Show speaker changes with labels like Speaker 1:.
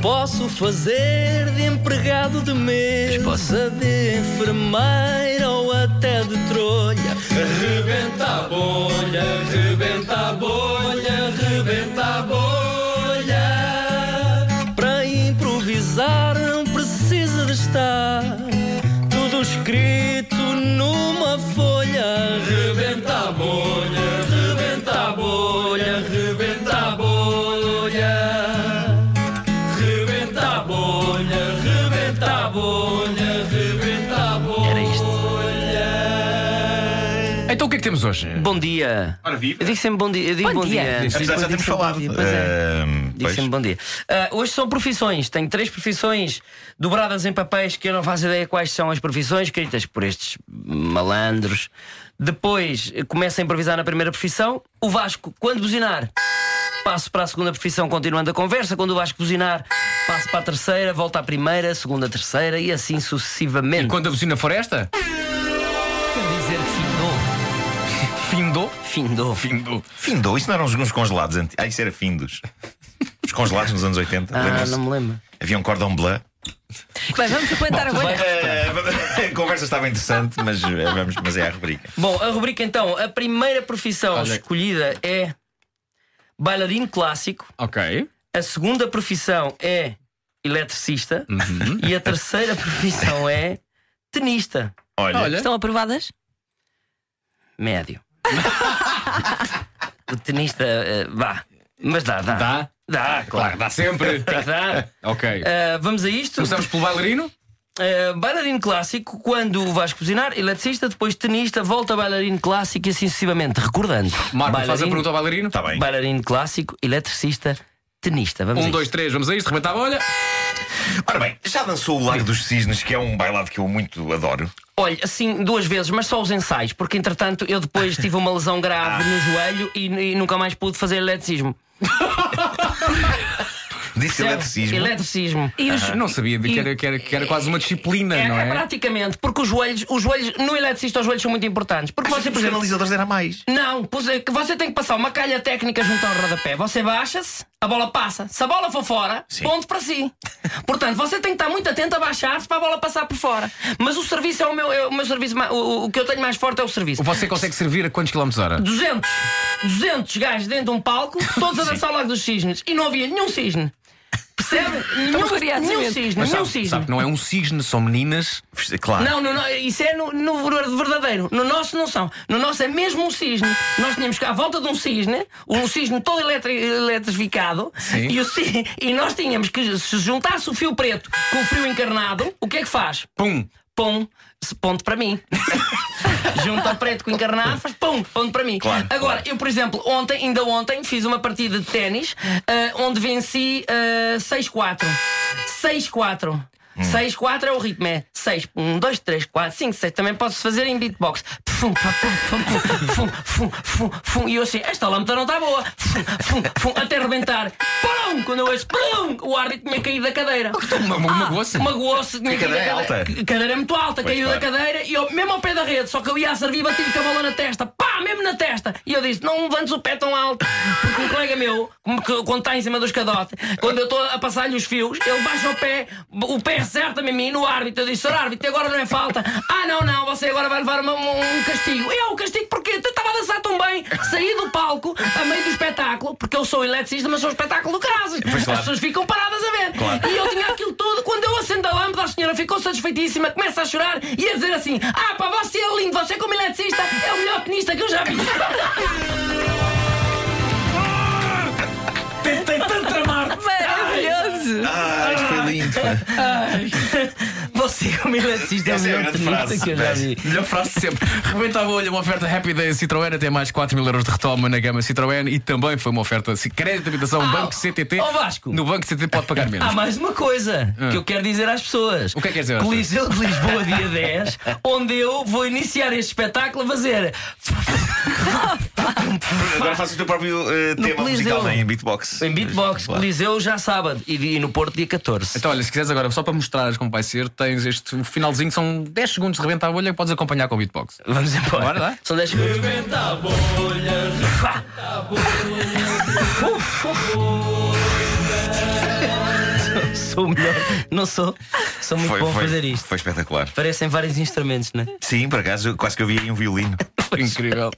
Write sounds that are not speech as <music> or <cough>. Speaker 1: Posso fazer de empregado de mesa, possa de enfermeira ou até de trolha.
Speaker 2: Rebenta a bolha, rebenta a bolha, rebenta a bolha.
Speaker 1: Para improvisar não precisa de estar tudo escrito numa folha.
Speaker 2: Rebenta a bolha, rebenta a bolha, rebenta a bolha. Rebenta a bolha, rebenta a bolha, rebenta a bolha.
Speaker 1: Era isto.
Speaker 3: Então o que é que temos hoje?
Speaker 1: Bom dia.
Speaker 4: Ora viva.
Speaker 1: Eu digo sempre bom dia. Eu digo
Speaker 5: Bom
Speaker 1: bom,
Speaker 5: dia.
Speaker 1: dia.
Speaker 3: Apesar de
Speaker 1: Depois
Speaker 4: já termos
Speaker 1: digo sempre
Speaker 4: falado. Eh,
Speaker 1: bom dia. Pois é.
Speaker 4: Ahm,
Speaker 1: Digo
Speaker 4: pois.
Speaker 1: sempre bom dia. Ah, hoje são profissões. Tenho três profissões dobradas em papéis que eu não faço ideia quais são as profissões, escritas por estes malandros. Depois eh, começo a improvisar na primeira profissão. O Vasco, quando buzinar, passo para a segunda profissão, continuando a conversa. Quando o Vasco buzinar, passo para a terceira, volto à primeira, segunda, terceira e assim sucessivamente.
Speaker 3: Quando a buzina for esta?
Speaker 1: Quer dizer que findou.
Speaker 3: Findou?
Speaker 1: Findou.
Speaker 3: Findou.
Speaker 4: Findou, isso não eram os uns congelados anti... Ah, isso era findos. Os congelados nos anos 80,
Speaker 1: Ah,
Speaker 4: lembram-se?
Speaker 1: não me lembro.
Speaker 4: Havia um cordão bleu.
Speaker 5: Bem, vamos aguentar a bolha.
Speaker 4: Eh, a conversa estava interessante, mas, eh, vamos, mas é a rubrica.
Speaker 1: Bom, a rubrica então, a primeira profissão escolhida é bailarino clássico,
Speaker 3: Ok.
Speaker 1: a segunda profissão é eletricista
Speaker 3: Uhum.
Speaker 1: e a terceira profissão é tenista
Speaker 4: Olha,
Speaker 3: Olha. Então
Speaker 5: Estão aprovadas?
Speaker 3: <laughs>
Speaker 1: médio. o tenista, eh, vá, mas dá, dá.
Speaker 3: Dá?
Speaker 1: Dá,
Speaker 3: Claro,
Speaker 1: claro.
Speaker 3: dá sempre.
Speaker 1: Tem que dar.
Speaker 3: <laughs> ok.
Speaker 1: Eh, vamos a isto.
Speaker 3: Começamos pelo bailarino?
Speaker 1: Eh, bailarino clássico, quando o vais cozinhar, eletricista, depois tenista, volta bailarino clássico e assim sucessivamente. Recordando.
Speaker 3: Marco, faz a
Speaker 1: bailarino-
Speaker 3: pergunta ao bailarino. Tá
Speaker 4: está tá bem.
Speaker 1: Bailarino clássico, eletricista, tenista. Vamos a
Speaker 3: Um,
Speaker 1: isto.
Speaker 3: dois, três, vamos a isto, rebenta a bolha.
Speaker 4: Ora bem, já dançou o Lago dos Cisnes, que é um bailado que eu muito adoro.
Speaker 1: Olha, assim, duas vezes, mas só os ensaios, porque entretanto eu depois tive uma lesão grave
Speaker 3: Ah.
Speaker 1: no joelho e, e nunca mais pude fazer eletricismo.
Speaker 4: Disse eletricismo.
Speaker 1: é- Eletricismo.
Speaker 5: E os.
Speaker 3: Não sabia de que era, que era- que era quase uma disciplina,
Speaker 1: É,
Speaker 3: não
Speaker 1: é
Speaker 3: é?
Speaker 1: praticamente, porque os joelhos, os joelhos, no eletricista os joelhos são muito importantes. Porque você,
Speaker 3: é
Speaker 4: Os
Speaker 1: por exemplo,
Speaker 4: canalizadores era mais.
Speaker 1: não, pois é, que você tem que passar uma calha técnica junto ao rodapé. Você baixa-se, a bola passa. Se a bola for fora, ponto para si. Portanto, você tem que estar muito atento a baixar-se para a bola passar por fora. Mas o serviço é o meu, é o meu serviço, ma- o, o- o que eu tenho mais forte é o serviço.
Speaker 3: Você consegue servir a quantos quilómetros hora?
Speaker 1: 200, 200 gajos dentro de um palco, todos a dançar ao lado dos cisnes. E não havia nenhum cisne. Percebe? nenhum,
Speaker 5: curiosamente.
Speaker 1: nenhum cisne,
Speaker 3: Então, Mas
Speaker 1: nenhum
Speaker 3: sabe,
Speaker 1: cisne.
Speaker 3: sabe que não é um cisne, são meninas.
Speaker 4: Claro.
Speaker 1: Não, no- no- isso é no, no verdadeiro. No nosso não são. No nosso é mesmo um cisne. Nós tínhamos que à volta de um cisne, um cisne todo eletri, eletrificado,
Speaker 3: Sim.
Speaker 1: e, o ci- <laughs> e nós tínhamos que se juntasse o fio preto com o fio encarnado, o que é que faz?
Speaker 3: Pum!
Speaker 1: Pum, se- ponto para mim. <laughs> Junta preto com encarnado, faz pum, ponto para mim.
Speaker 4: Claro,
Speaker 1: Agora,
Speaker 4: claro.
Speaker 1: eu, por exemplo, ontem, ainda ontem, fiz uma partida de ténis ah, onde venci ah, 6-4. 6-4.
Speaker 4: Hum.
Speaker 1: 6-4 é o ritmo, é 6, 1, 2, 3, 4, 5, 6. Também posso fazer em beatbox. Fum, pá, pum, pum, pum, fum, fum, fum, fum. E eu assim, esta lâmpada não está boa. Fum, fum, fum, até rebentar. Pum! Quando eu ouço, pum! O árbitro tinha caído da cadeira.
Speaker 3: Uma, uma, Ah, uma goça.
Speaker 1: Magoou-se, tinha
Speaker 4: Que a cadeira
Speaker 1: caído da
Speaker 4: é alta.
Speaker 1: que- cadeira muito alta, caiu da
Speaker 4: claro.
Speaker 1: cadeira e eu, mesmo ao pé da rede, só que eu ia a servir, bati-lhe com a bola na testa, pá, mesmo na testa. E eu disse: não levantes o pé tão alto, porque um colega meu, como que- quando está em cima do escadote, quando eu estou a passar-lhe os fios, ele baixa o pé, o pé acerta-me a mim no árbitro. Eu disse: Senhor árbitro, agora não é falta. Ah, não, não, você agora vai levar uma- um, um castigo. Eu, o castigo porque eu estava a dançar tão bem, saí do palco, a meio do espetáculo, porque eu sou eletricista, mas sou um espetáculo do caso.
Speaker 4: Pois claro.
Speaker 1: As pessoas ficam paradas a ver. E eu tinha aquilo tudo. Quando eu acendo a lâmpada, a senhora ficou satisfeitíssima, começa a chorar e a dizer assim: Ah, pá, você é lindo, você como eletricista é o melhor tenista que eu já vi.
Speaker 3: Tentei tanto amar!
Speaker 5: Maravilhoso!
Speaker 4: Ah, isto foi
Speaker 1: <laughs>
Speaker 4: lindo.
Speaker 1: <laughs> Você como eletricista é o
Speaker 4: Essa é a
Speaker 1: melhor
Speaker 4: grande
Speaker 1: tenista
Speaker 4: frase.
Speaker 1: que eu já vi.
Speaker 3: Melhor frase de sempre. <laughs> Rebenta a bolha, uma oferta Happy Day Citroën, até mais 4 mil euros de retoma na gama Citroën e também foi uma oferta de crédito de habitação
Speaker 1: Ah,
Speaker 3: Banco CTT.
Speaker 1: ó Vasco. Ah,
Speaker 3: No Banco CTT pode
Speaker 1: <laughs>
Speaker 3: pagar menos.
Speaker 1: Há mais uma coisa que eu quero dizer às pessoas.
Speaker 3: Ah. O que é que queres dizer às
Speaker 1: Coliseu de Lisboa,
Speaker 3: <laughs>
Speaker 1: dia 10, onde eu vou iniciar este espetáculo a fazer.
Speaker 4: Agora faço o teu próprio eh, tema
Speaker 1: Coliseu.
Speaker 4: musical né, em beatbox.
Speaker 1: Em beatbox,
Speaker 4: Claro.
Speaker 1: Coliseu já sábado e, e no Porto, dia 14.
Speaker 3: Então, olha, se quiseres agora, só para mostrares como vai ser, tens este finalzinho, são 10 segundos de rebenta a bolha que podes acompanhar com o beatbox.
Speaker 1: Vamos embora.
Speaker 3: Bora lá.
Speaker 1: São 10 minutos.
Speaker 2: Rebenta a bolha, rebenta a bolha.
Speaker 6: sou o melhor. Não sou. Sou muito bom a fazer isto.
Speaker 4: Foi espetacular.
Speaker 6: Parecem vários instrumentos, não é?
Speaker 4: Sim, por acaso, quase que eu vi aí um violino.
Speaker 3: Incrível.